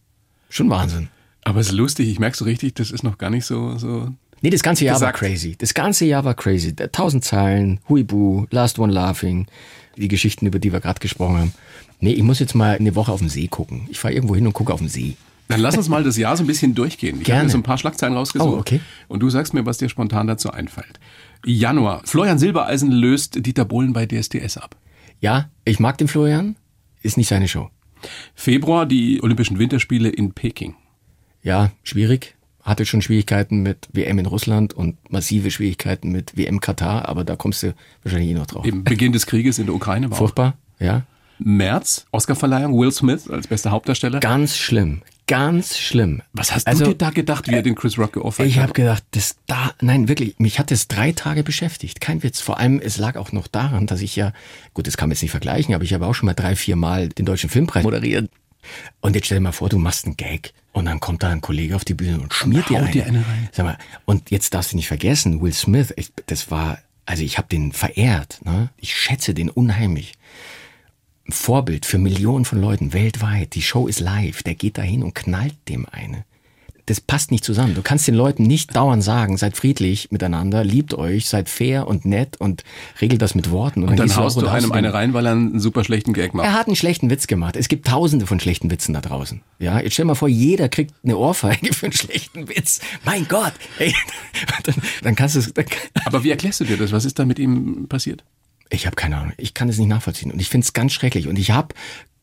schon Wahnsinn. Aber es ist lustig, ich merke so richtig, das ist noch gar nicht so. so Nee, das ganze Jahr gesagt. war crazy. Das ganze Jahr war crazy. Da- Tausend Zeilen, Huibu, Last One Laughing, die Geschichten, über die wir gerade gesprochen haben. Nee, ich muss jetzt mal eine Woche auf den See gucken. Ich fahre irgendwo hin und gucke auf den See. Dann lass uns mal das Jahr so ein bisschen durchgehen. Ich habe Gerne. mir so ein paar Schlagzeilen rausgesucht. Oh, okay. Und du sagst mir, was dir spontan dazu einfällt. Januar. Florian Silbereisen löst Dieter Bohlen bei DSDS ab. Ja, ich mag den Florian, ist nicht seine Show. Februar die Olympischen Winterspiele in Peking. Ja, schwierig. Hatte schon Schwierigkeiten mit WM in Russland und massive Schwierigkeiten mit WM Katar, aber da kommst du wahrscheinlich eh noch drauf. Im Beginn des Krieges in der Ukraine war auch Furchtbar, ja. März Oscarverleihung Will Smith als bester Hauptdarsteller. Ganz schlimm, ganz schlimm. Was hast Also- du dir da gedacht, wie er den Chris Rock geoffert Ich hat? habe gedacht, das da, nein, wirklich, mich hat das drei Tage beschäftigt. Kein Witz. Vor allem, es lag auch noch daran, dass ich ja, gut, das kann man jetzt nicht vergleichen, aber ich habe auch schon mal drei, vier Mal den Deutschen Filmpreis moderiert. Und jetzt stell dir mal vor, du machst einen Gag und dann kommt da ein Kollege auf die Bühne und schmiert dir haut eine. dir eine rein. Sag mal, und jetzt darfst du nicht vergessen, Will Smith, ich, das war, also ich habe den verehrt. Ne? Ich schätze den unheimlich. Ein Vorbild für Millionen von Leuten weltweit. Die Show ist live. Der geht da hin und knallt dem eine. Das passt nicht zusammen. Du kannst den Leuten nicht dauernd sagen, seid friedlich miteinander, liebt euch, seid fair und nett und regelt das mit Worten. Und, Dann gehst auch haust und du einem den- eine rein, weil er einen super schlechten Gag macht. er hat einen schlechten Witz gemacht. Es gibt tausende von schlechten Witzen da draußen. Ja, jetzt stell mal vor, jeder kriegt eine Ohrfeige für einen schlechten Witz. Mein Gott. Ey, dann, dann kannst du es. dann- Aber wie erklärst du dir das? Was ist da mit ihm passiert? Ich habe keine Ahnung. Ich kann es nicht nachvollziehen. Und ich finde es ganz schrecklich. Und ich habe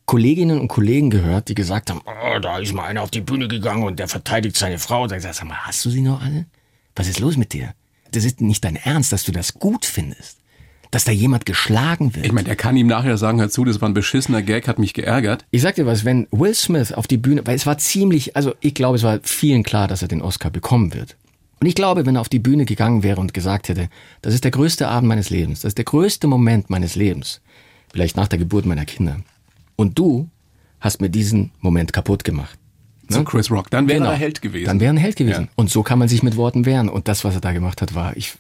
Kolleginnen und Kollegen gehört, die gesagt haben, oh, da ist mal einer auf die Bühne gegangen und der verteidigt seine Frau. Und ich sag, sag mal, hast du sie noch alle? Was ist los mit dir? Das ist nicht dein Ernst, dass du das gut findest. Dass da jemand geschlagen wird. Ich meine, er kann ihm nachher sagen, hör zu, das war ein beschissener Gag, hat mich geärgert. Ich sag dir was, wenn Will Smith auf die Bühne, weil es war ziemlich, also ich glaube, es war vielen klar, dass er den Oscar bekommen wird. Und ich glaube, wenn er auf die Bühne gegangen wäre und gesagt hätte, das ist der größte Abend meines Lebens, das ist der größte Moment meines Lebens, vielleicht nach der Geburt meiner Kinder. Und du hast mir diesen Moment kaputt gemacht. Zu Chris Rock. Dann wäre Ne? Genau. er Held gewesen. Dann wäre er ein Held gewesen. Ja. Und so kann man sich mit Worten wehren. Und das, was er da gemacht hat, war, ich,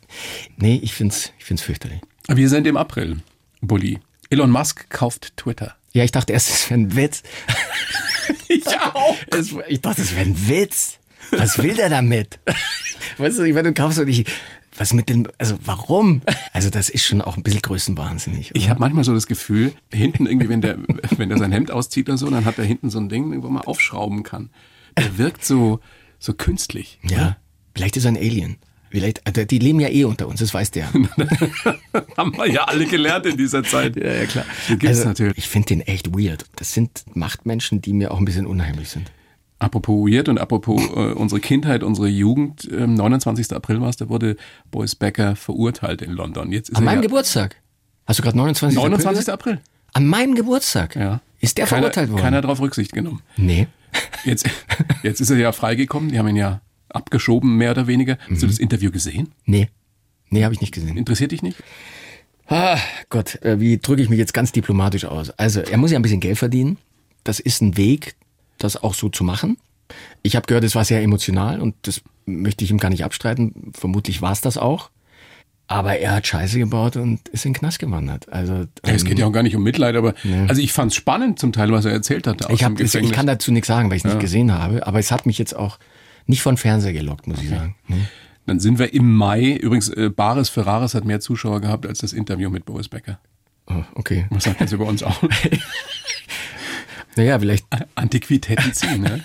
nee, ich find's, ich find's fürchterlich. Wir sind im April, Bulli. Elon Musk kauft Twitter. Ja, ich dachte erst, es wäre ein Witz. Ich auch. Es, ich dachte, das wäre ein Witz. Was will der damit? weißt du, ich meine, du kaufst und ich, was mit dem, also warum? Also das ist schon auch ein bisschen größenwahnsinnig. Ich oder? habe manchmal so das Gefühl, hinten irgendwie, wenn der, wenn der sein Hemd auszieht oder so, dann hat er hinten so ein Ding, wo man aufschrauben kann. Der wirkt so, so künstlich. ja, vielleicht ist er ein Alien. Vielleicht, also die leben ja eh unter uns, das weiß der. Haben wir ja alle gelernt in dieser Zeit. Ja, ja klar. Das gibt's Also, natürlich. Ich finde den echt weird. Das sind Machtmenschen, die mir auch ein bisschen unheimlich sind. Apropos weird und apropos äh, unsere Kindheit, unsere Jugend. Ähm, 29. April war es, da wurde Boris Becker verurteilt in London. Jetzt ist An er meinem ja Geburtstag. Hast du gerade 29. April 29. gesagt? April. An meinem Geburtstag? Ja. Ist der keiner, verurteilt worden? Keiner darauf Rücksicht genommen. nee. Jetzt, jetzt ist er ja freigekommen, die haben ihn ja abgeschoben, mehr oder weniger. Hast Mhm. du das Interview gesehen? Nee. Nee, habe ich nicht gesehen. Interessiert dich nicht? Ah, Gott, äh, wie drücke ich mich jetzt ganz diplomatisch aus? Also, er muss ja ein bisschen Geld verdienen. Das ist ein Weg, das auch so zu machen. Ich habe gehört, es war sehr emotional und das möchte ich ihm gar nicht abstreiten. Vermutlich war es das auch. Aber er hat Scheiße gebaut und ist in den Knast gewandert. Also, Ja, es geht ja auch gar nicht um Mitleid, aber also ich fand es spannend zum Teil, was er erzählt hatte aus ich, dem hab, ich, ich Gefängnis. kann dazu nichts sagen, weil ich es nicht gesehen habe. Aber es hat mich jetzt auch nicht von Fernseher gelockt, muss ich sagen. Nee. Dann sind wir im Mai. Übrigens, äh, Bares Ferraris hat mehr Zuschauer gehabt als das Interview mit Boris Becker. Oh, okay. Was sagt das über uns auch? Naja, vielleicht. Antiquitäten ziehen, ne?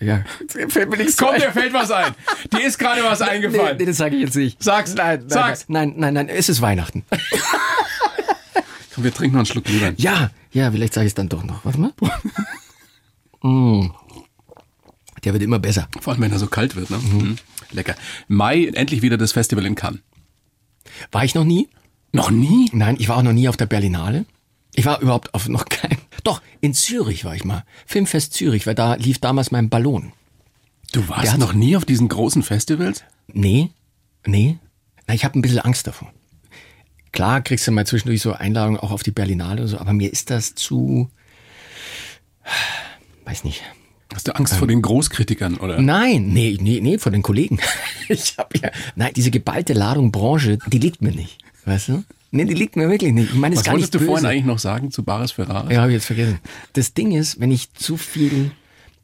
Ja. Fällt mir nichts Komm, dir fällt was ein. Dir ist gerade was eingefallen. Nee, nee, das sage ich jetzt nicht. Sag's. Nein, nein, Sag's. Nein, nein, nein, es ist Weihnachten. Komm, wir trinken noch einen Schluck Glühwein. Ja, ja, vielleicht sage ich es dann doch noch. Warte mal. mm. Der wird immer besser. Vor allem, wenn er so kalt wird, ne? Mhm. Lecker. Mai, endlich wieder das Festival in Cannes. War ich noch nie? Noch nie? Nein, ich war auch noch nie auf der Berlinale. Ich war überhaupt auf noch keinem. Doch, in Zürich war ich mal. Filmfest Zürich, weil da lief damals mein Ballon. Du Der warst hat- noch nie auf diesen großen Festivals? Nee, nee. Na, ich habe ein bisschen Angst davor. Klar kriegst du mal zwischendurch so Einladungen auch auf die Berlinale und so, aber mir ist das zu. Weiß nicht. Hast du Angst vor den Großkritikern, oder? Ähm, Nein, nee, nee, nee, von den Kollegen. Ich habe ja, nein, diese geballte Ladung Branche, die liegt mir nicht. Weißt du? Nee, die liegt mir wirklich nicht. Ich meine, es Was ist gar nicht wolltest du böse. vorhin eigentlich noch sagen zu Baris Ferrari? Ja, habe ich jetzt vergessen. Das Ding ist, wenn ich zu viel,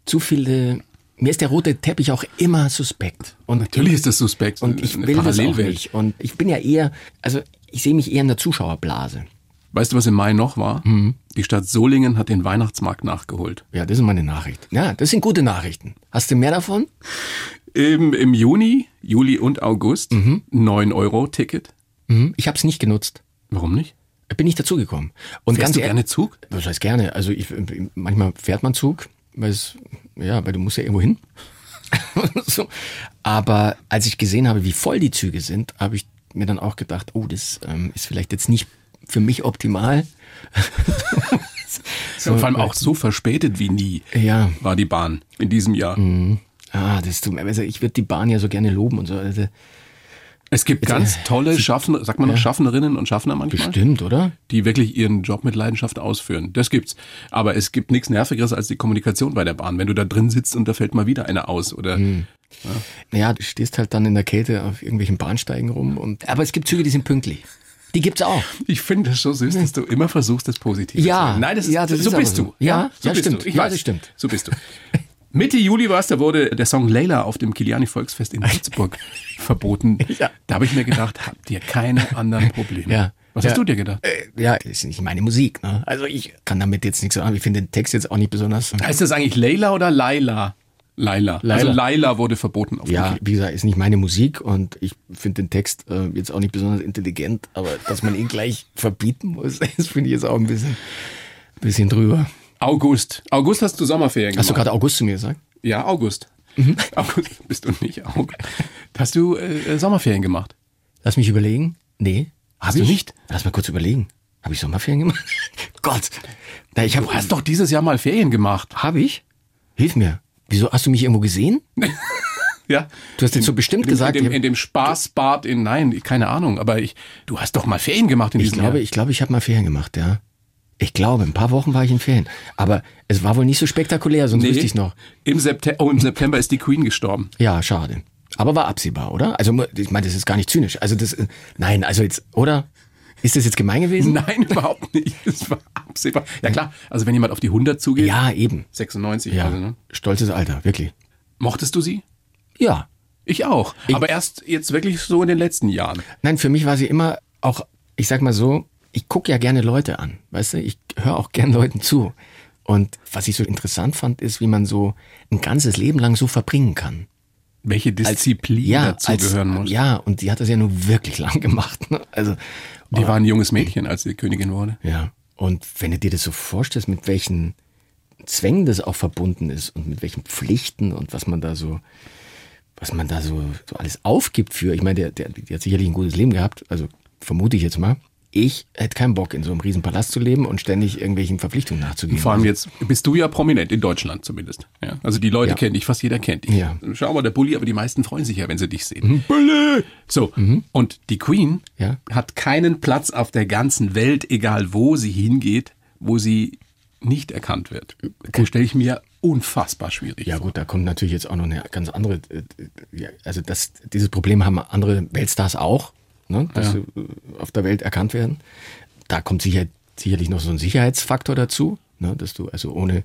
zu viele, mir ist der rote Teppich auch immer suspekt. Und Natürlich ist das suspekt. Und ich will das auch Parallelwelt. nicht. Und ich bin ja eher, also ich sehe mich eher in der Zuschauerblase. Weißt du, was im Mai noch war? Mhm. Die Stadt Solingen hat den Weihnachtsmarkt nachgeholt. Ja, das ist meine Nachricht. Ja, das sind gute Nachrichten. Hast du mehr davon? Im, im Juni, Juli und August 9 Euro Ticket. Mhm. Ich habe es nicht genutzt. Warum nicht? Bin nicht dazugekommen. Und Fährst ganz du ehr- gerne Zug? Was heißt gerne? Also ich, manchmal fährt man Zug, weil es, ja, weil du musst ja irgendwo hin. so. Aber als ich gesehen habe, wie voll die Züge sind, habe ich mir dann auch gedacht, oh, das ähm, ist vielleicht jetzt nicht für mich optimal. Und vor allem auch so verspätet wie nie Ja. war die Bahn in diesem Jahr. Ah, das tut mir, also ich würde die Bahn ja so gerne loben und so. Also, Es gibt ganz tolle Schaffner, sagt man noch Schaffnerinnen und Schaffner manchmal, äh, bestimmt, oder? die wirklich ihren Job mit Leidenschaft ausführen. Das gibt's. Aber es gibt nichts Nervigeres als die Kommunikation bei der Bahn, wenn du da drin sitzt und da fällt mal wieder einer aus oder Hm. Naja, du stehst halt dann in der Kälte auf irgendwelchen Bahnsteigen rum. Und, aber es gibt Züge, die sind pünktlich. Die gibt's auch. Ich finde das so süß, dass du immer versuchst, das Positive Ja, zu sehen. Nein, das ist, ja, das so ist bist aber du. so. Ja, so ja, bist stimmt. du. Ich Ja, weiß, das stimmt. So bist du. Mitte Juli war es, da wurde der Song Layla auf dem Kiliani Volksfest in Würzburg verboten. Ja. Da habe ich mir gedacht, habt ihr keine anderen Probleme. Ja. Was Ja. hast du dir gedacht? Äh, ja, ist nicht meine Musik. Ne? Also ich kann damit jetzt nichts sagen. Ich finde den Text jetzt auch nicht besonders. Heißt das eigentlich Layla oder Laila? Laila. Also Laila. Laila wurde verboten auf dem Ja, Kiliani. wie gesagt, ist nicht meine Musik und ich finde den Text äh, jetzt auch nicht besonders intelligent, aber dass man ihn gleich verbieten muss, das finde ich jetzt auch ein bisschen, bisschen drüber. August. August hast du Sommerferien Hast du gemacht. gerade Mhm. August zu mir gesagt? ja, August. August bist du nicht. August. Hast du äh, Sommerferien gemacht? Lass mich überlegen. Nee. Hast du du nicht? nicht? Lass mal kurz überlegen. Habe ich Sommerferien gemacht? Gott. Na, ich habe Du hast doch dieses Jahr mal Ferien gemacht. Habe ich? Hilf mir. Wieso hast du mich irgendwo gesehen? Ja. Du hast jetzt so bestimmt in dem, gesagt, In dem, ihr- in dem Spaßbad in, nein, keine Ahnung, aber ich, du hast doch mal Ferien gemacht in Ich diesem glaube, Jahr. ich glaube, ich habe mal Ferien gemacht, ja. Ich glaube, ein paar Wochen war ich in Ferien. Aber es war wohl nicht so spektakulär, sonst wüsste ich noch. Im September, oh, im September ist die Queen gestorben. Ja, schade. Aber war absehbar, oder? Also, mu- ich meine, das ist gar nicht zynisch. Also, das, äh, nein, also jetzt, oder? Ist das jetzt gemein gewesen? Nein, überhaupt nicht. Es war absehbar. Ja klar, also wenn jemand auf die 100 zugeht, Ja, eben. 96, Ja, also, ne? stolzes Alter, wirklich. mochtest du sie? Ja. Ich auch. aber erst jetzt wirklich so in den letzten Jahren. Nein, für mich war sie immer auch, ich sag mal so, ich gucke ja gerne Leute an, weißt du? Ich höre auch gern Leuten zu. Und was ich so interessant fand, ist, wie man so ein ganzes Leben lang so verbringen kann. Welche Disziplin dazu als- gehören muss. Ja, und die hat das ja nur wirklich lang gemacht. Ne? Also, Die war ein junges Mädchen, als sie Königin wurde. ja. Und wenn du dir das so vorstellst, mit welchen Zwängen das auch verbunden ist und mit welchen Pflichten und was man da so, was man da so, so alles aufgibt für. Ich meine, der, der, die hat sicherlich ein gutes Leben gehabt, also vermute ich jetzt mal. Ich hätte keinen Bock, in so einem riesen Palast zu leben und ständig irgendwelchen Verpflichtungen nachzugehen. Vor allem jetzt bist du ja prominent, in Deutschland zumindest. Ja. Also die Leute Ja. kennen dich, fast jeder kennt dich. Ja. Mhm. Schau mal, der Bulli, aber die meisten freuen sich ja, wenn sie dich sehen. Bulli! So, und die Queen Ja. hat keinen Platz auf der ganzen Welt, egal wo sie hingeht, wo sie nicht erkannt wird. Das stelle ich mir unfassbar schwierig Ja vor. gut, da kommt natürlich jetzt auch noch eine ganz andere, äh, ja, also das, dieses Problem haben andere Weltstars auch, ne? dass sie äh, auf der Welt erkannt werden. Da kommt sicher, sicherlich noch so ein Sicherheitsfaktor dazu, ne? dass du also ohne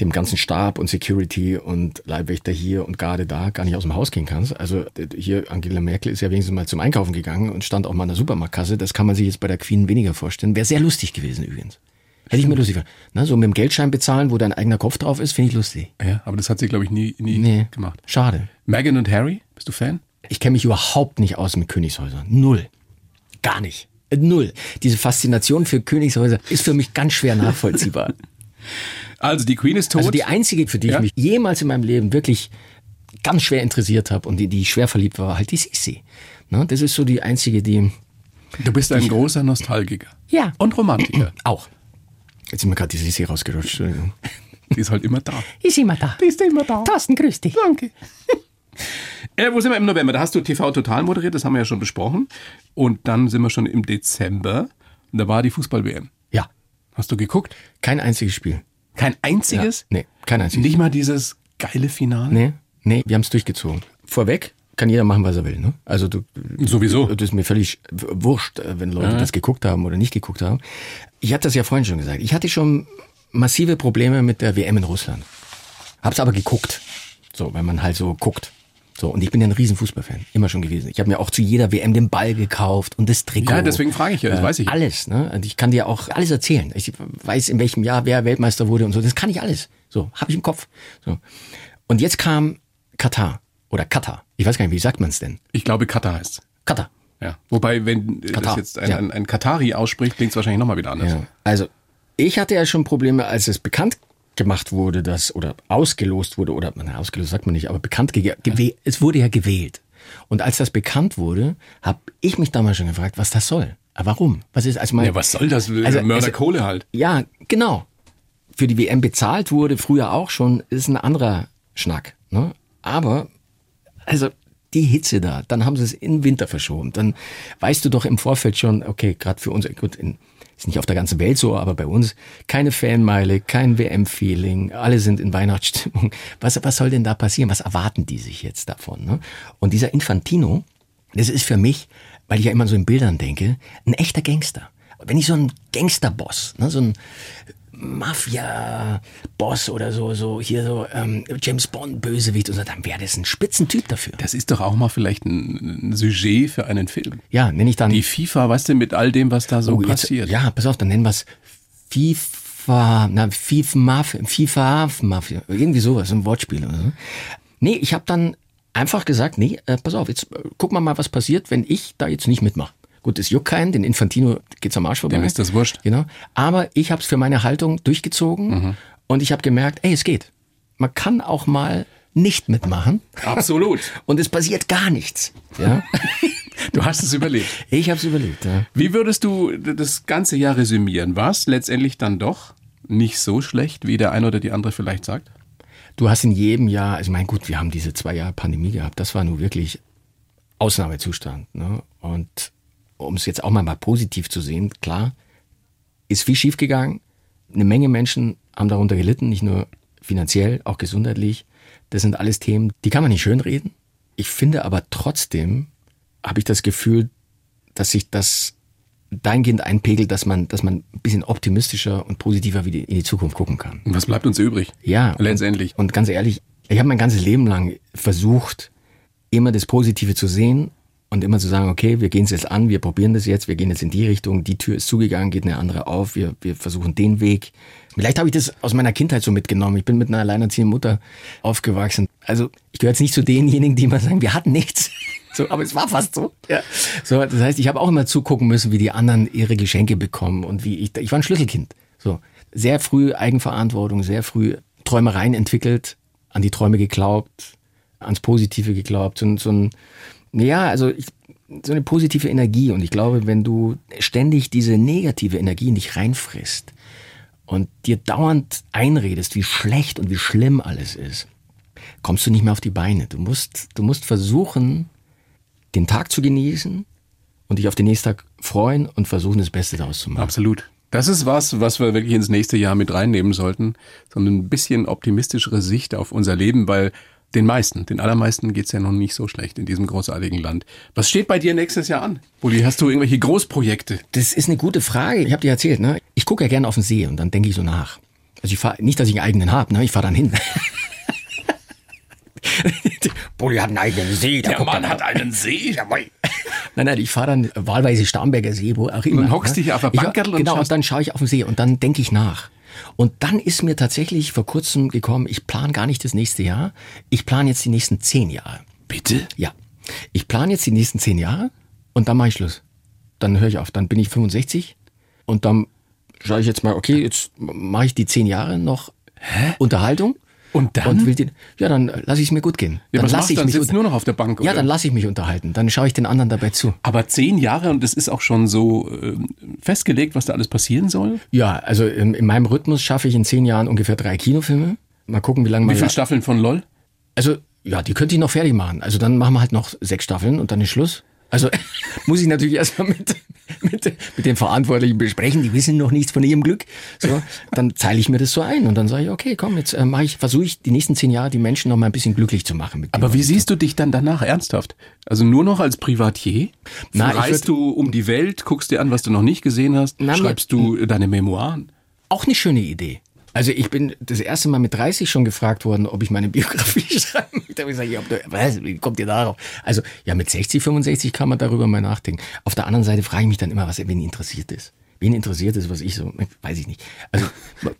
dem ganzen Stab und Security und Leibwächter hier und Garde da gar nicht aus dem Haus gehen kannst. Also äh, hier Angela Merkel ist ja wenigstens mal zum Einkaufen gegangen und stand auch mal in der Supermarktkasse. Das kann man sich jetzt bei der Queen weniger vorstellen. Wäre sehr lustig gewesen übrigens. Hätte ich mir lustig gefunden. Ne, so mit dem Geldschein bezahlen, wo dein eigener Kopf drauf ist, finde ich lustig. Ja, aber das hat sie, glaube ich, nie, nie Nee. gemacht. Schade. Meghan und Harry, bist du Fan? Ich kenne mich überhaupt nicht aus mit Königshäusern. Null. Gar nicht. Äh, Null. Diese Faszination für Königshäuser ist für mich ganz schwer nachvollziehbar. Also die Queen ist tot. also die einzige, für die Ja. ich mich jemals in meinem Leben wirklich ganz schwer interessiert habe und in die ich schwer verliebt war, war halt die Sisi. Ne? Das ist so die einzige, die du bist ein großer Nostalgiker. Ja. Und Romantiker. auch. Jetzt sind mir gerade die Sisi rausgerutscht. Entschuldigung. Die ist halt immer da. Ist immer da. Ist immer da. Thorsten, grüß dich. Danke. Äh, wo sind wir im November? Da hast du TV Total moderiert, das haben wir ja schon besprochen. Und dann sind wir schon im Dezember. Und da war die Fußball-WM. Ja, Hast du geguckt? kein einziges Spiel. Kein einziges? Ja, nee. Kein einziges. Nicht mal dieses geile Finale. Nee, nee, wir haben es durchgezogen. Vorweg kann jeder machen, was er will. Ne? Also du, Sowieso. das ist mir völlig wurscht, äh, wenn Leute das geguckt haben oder nicht geguckt haben. Ich hatte das ja vorhin schon gesagt. Ich hatte schon massive Probleme mit der WM in Russland. Hab's aber geguckt. So, wenn man halt so guckt. So, und ich bin ja ein riesen Fußballfan, immer schon gewesen. Ich habe mir auch zu jeder WM den Ball gekauft und das Trikot. Ja, deswegen frage ich ja, das weiß ich. Alles, ne? Und ich kann dir auch alles erzählen. Ich weiß, in welchem Jahr wer Weltmeister wurde und so. Das kann ich alles. So, habe ich im Kopf. So. Und jetzt kam Katar oder Katar. Ich weiß gar nicht, wie sagt man es denn? Ich glaube, Katar heißt Katar. Ja. Wobei, wenn äh, das Katar, jetzt ein, ja. ein, ein Katari ausspricht, klingt es wahrscheinlich nochmal wieder anders. Ja. Also, ich hatte ja schon Probleme, als es bekannt gemacht wurde, dass, oder ausgelost wurde, oder, na, ausgelost sagt man nicht, aber bekannt gegeben, es wurde ja gewählt. Und als das bekannt wurde, habe ich mich damals schon gefragt, was das soll. Aber Warum? Was ist, also mein, Ja, was soll das? äh, Also, Mörderkohle halt. Ja, genau. Für die WM bezahlt wurde, früher auch schon, ist ein anderer Schnack. Ne? Aber, also die Hitze da, dann haben sie es in den Winter verschoben. Dann weißt du doch im Vorfeld schon, okay, gerade für uns, gut, in, ist nicht auf der ganzen Welt so, aber bei uns keine Fanmeile, kein WM-Feeling, alle sind in Weihnachtsstimmung. Was, was soll denn da passieren? Was erwarten die sich jetzt davon? Ne? Und dieser Infantino, das ist für mich, weil ich ja immer so in Bildern denke, ein echter Gangster. Wenn ich so einen Gangsterboss, ne, so ein Mafia-Boss oder so, so hier so ähm, James Bond-Bösewicht und so, dann wäre das ein Spitzentyp dafür. Das ist doch auch mal vielleicht ein, ein Sujet für einen Film. ja, nenne ich dann. Die FIFA, weißt du, mit all dem, was da so Oh, jetzt- passiert. Ja, pass auf, dann nennen wir es FIFA, na, FIFA Mafia, FIFA Mafia, irgendwie sowas, ein Wortspiel oder so. Nee, ich habe dann einfach gesagt, nee, äh, pass auf, jetzt äh, gucken wir mal, was passiert, wenn ich da jetzt nicht mitmache. Gut, es juckt keinen, den Infantino geht's am Arsch vorbei. Dem ist das wurscht. Mhm. Genau. Aber ich habe es für meine Haltung durchgezogen und ich habe gemerkt, ey, es geht. Man kann auch mal nicht mitmachen Absolut. und es passiert gar nichts. Ja? Du hast es überlebt. ich habe es überlegt. Ja. Wie würdest du das ganze Jahr resümieren? War es letztendlich dann doch nicht so schlecht, wie der eine oder die andere vielleicht sagt? Du hast in jedem Jahr, also ich meine, gut, wir haben diese zwei Jahre Pandemie gehabt, das war nun wirklich Ausnahmezustand. Ne? Und um es jetzt auch mal, mal positiv zu sehen, klar, ist viel schiefgegangen. Eine Menge Menschen haben darunter gelitten, nicht nur finanziell, auch gesundheitlich. Das sind alles Themen, die kann man nicht schönreden. Ich finde aber trotzdem, habe ich das Gefühl, dass sich das dahingehend einpegelt, dass man, dass man ein bisschen optimistischer und positiver wieder in die Zukunft gucken kann. Und was bleibt uns übrig? Ja. Letztendlich. Und, und ganz ehrlich, ich habe mein ganzes Leben lang versucht, immer das Positive zu sehen und immer zu sagen, okay, wir gehen es jetzt an, wir probieren das jetzt, wir gehen jetzt in die Richtung, die Tür ist zugegangen, geht eine andere auf, wir, wir versuchen den Weg. Vielleicht habe ich das aus meiner Kindheit so mitgenommen. Ich bin mit einer alleinerziehenden Mutter aufgewachsen. Also ich gehöre jetzt nicht zu denjenigen, die immer sagen, wir hatten nichts. So, aber es war fast so. Ja. So, das heißt, ich habe auch immer zugucken müssen, wie die anderen ihre Geschenke bekommen und wie ich, ich war ein Schlüsselkind. So, sehr früh Eigenverantwortung, sehr früh Träumereien entwickelt, an die Träume geglaubt, ans Positive geglaubt und so ein, ja, also ich, so eine positive Energie. Und ich glaube, wenn du ständig diese negative Energie in dich reinfrisst und dir dauernd einredest, wie schlecht und wie schlimm alles ist, kommst du nicht mehr auf die Beine. Du musst, du musst versuchen, den Tag zu genießen und dich auf den nächsten Tag freuen und versuchen, das Beste daraus zu machen. Absolut. Das ist was, was wir wirklich ins nächste Jahr mit reinnehmen sollten. So ein bisschen optimistischere Sicht auf unser Leben, weil den meisten, den allermeisten geht's ja noch nicht so schlecht in diesem großartigen Land. Was steht bei dir nächstes Jahr an? Bulli, hast du irgendwelche Großprojekte? Das ist eine gute Frage. Ich habe dir erzählt, ne? Ich gucke ja gerne auf den See und dann denke ich so nach. Also ich fahre nicht, dass ich einen eigenen habe, ne? Ich fahre dann hin. Bulli hat einen eigenen See. Der einen See. Nein, nein, ich fahre dann wahlweise Starnberger See, wo auch immer. ne? dann hockst dich auf der Ich- Bankerl und Genau, schaust- und dann schaue ich auf den See und dann denke ich nach. Und dann ist mir tatsächlich vor kurzem gekommen, ich plane gar nicht das nächste Jahr, ich plane jetzt die nächsten zehn Jahre. Bitte? Ja. Ich plane jetzt die nächsten zehn Jahre und dann mache ich Schluss. Dann höre ich auf. Dann bin ich 65 und dann schaue ich jetzt mal, okay, jetzt mache ich die zehn Jahre noch Unterhaltung. Und dann? will die, ja, dann lasse ich es mir gut gehen. Ja, was lasse machst du dann? Sitzt unter- nur noch auf der Bank, Ja, oder? dann lasse ich mich unterhalten. Dann schaue ich den anderen dabei zu. Aber zehn Jahre und es ist auch schon so ähm, festgelegt, was da alles passieren soll? Ja, also in, in meinem Rhythmus schaffe ich in zehn Jahren ungefähr drei Kinofilme. Mal gucken, wie lange Wie man. viele Staffeln von LOL? Also, ja, die könnte ich noch fertig machen. Also dann machen wir halt noch sechs Staffeln und dann ist Schluss. Also muss ich natürlich erstmal mit, mit, mit den Verantwortlichen besprechen, die wissen noch nichts von ihrem Glück. So, dann teile ich mir das so ein und dann sage ich, okay, komm, jetzt äh, mache ich, versuche ich die nächsten zehn Jahre die Menschen noch mal ein bisschen glücklich zu machen. Mit dem, Aber wie siehst du dich dann danach ernsthaft? Also nur noch als Privatier? Na, ich Reist würd- du um die Welt, guckst dir an, was du noch nicht gesehen hast, Na, mir- schreibst du deine Memoiren? Auch eine schöne Idee. Also ich bin das erste Mal mit 30 schon gefragt worden, ob ich meine Biografie schreiben möchte. Da habe ich gesagt, ja, ob du- was, wie kommt ihr darauf? Also ja, mit 60, 65 kann man darüber mal nachdenken. Auf der anderen Seite frage ich mich dann immer, was wen interessiert ist. Wen interessiert ist, was ich so, ne, weiß ich nicht. Also,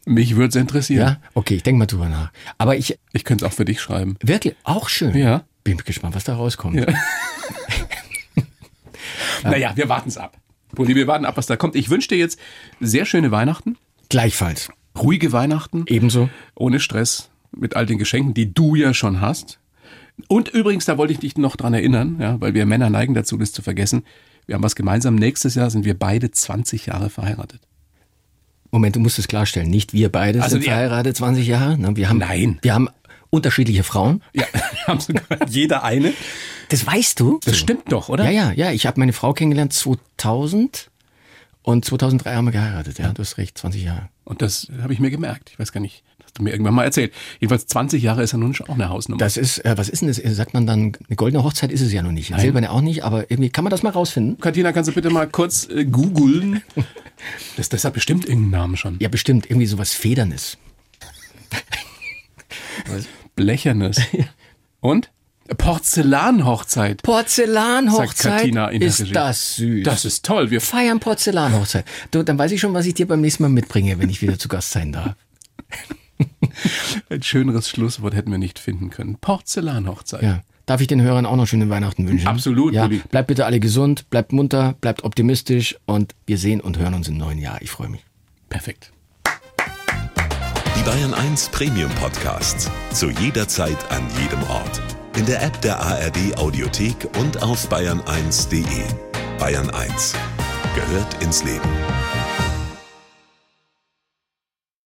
Mich würde es interessieren. ja, okay, ich denke mal drüber nach. Aber ich, Ich könnte es auch für dich schreiben. Wirklich, auch schön. Ja. Bin gespannt, was da rauskommt. Ja. Naja, wir warten es ab. Poli, wir warten ab, was da kommt. Ich wünsche dir jetzt sehr schöne Weihnachten, Gleichfalls. ruhige Weihnachten. Ebenso. ohne Stress mit all den Geschenken, die du ja schon hast. Und übrigens, da wollte ich dich noch dran erinnern, ja, weil wir Männer neigen dazu, das zu vergessen. Wir haben was gemeinsam. Nächstes Jahr sind wir beide 20 Jahre verheiratet. Moment, du musst es klarstellen. Nicht wir beide Also sind wir- verheiratet 20 Jahre. ne? Wir haben, Nein. Wir haben unterschiedliche Frauen. Ja, haben sogar jeder eine. Das weißt du. Das stimmt doch, oder? Ja, ja, ja. Ich habe meine Frau kennengelernt 2000 und 2003 haben wir geheiratet. Ja, du hast recht, 20 Jahre. Und das habe ich mir gemerkt. Ich weiß gar nicht, das hast du mir irgendwann mal erzählt. Jedenfalls 20 Jahre ist ja nun schon auch eine Hausnummer. Das ist, äh, was ist denn das? Sagt man dann, eine goldene Hochzeit ist es ja noch nicht. Silberne auch nicht, aber irgendwie kann man das mal rausfinden. Katina, kannst du bitte mal kurz äh, googeln? Das, das hat bestimmt irgendeinen Namen schon. Ja, bestimmt. Irgendwie sowas Federnes. Blechernes. Und? Porzellanhochzeit. Sagt Porzellanhochzeit Katina in der ist Regie. das süß. Das ist toll. Wir feiern Porzellanhochzeit. Du, dann weiß ich schon, was ich dir beim nächsten Mal mitbringe, wenn ich wieder zu Gast sein darf. Ein schöneres Schlusswort hätten wir nicht finden können. Porzellanhochzeit. Ja. Darf ich den Hörern auch noch schöne Weihnachten wünschen? Absolut, Ja, Uli. bleibt bitte alle gesund, bleibt munter, bleibt optimistisch und wir sehen und hören uns im neuen Jahr. Ich freue mich. Perfekt. Die Bayern 1 Premium Podcasts. Zu jeder Zeit, an jedem Ort. In der App der ARD Audiothek und auf bayern1.de. Bayern 1 gehört ins Leben.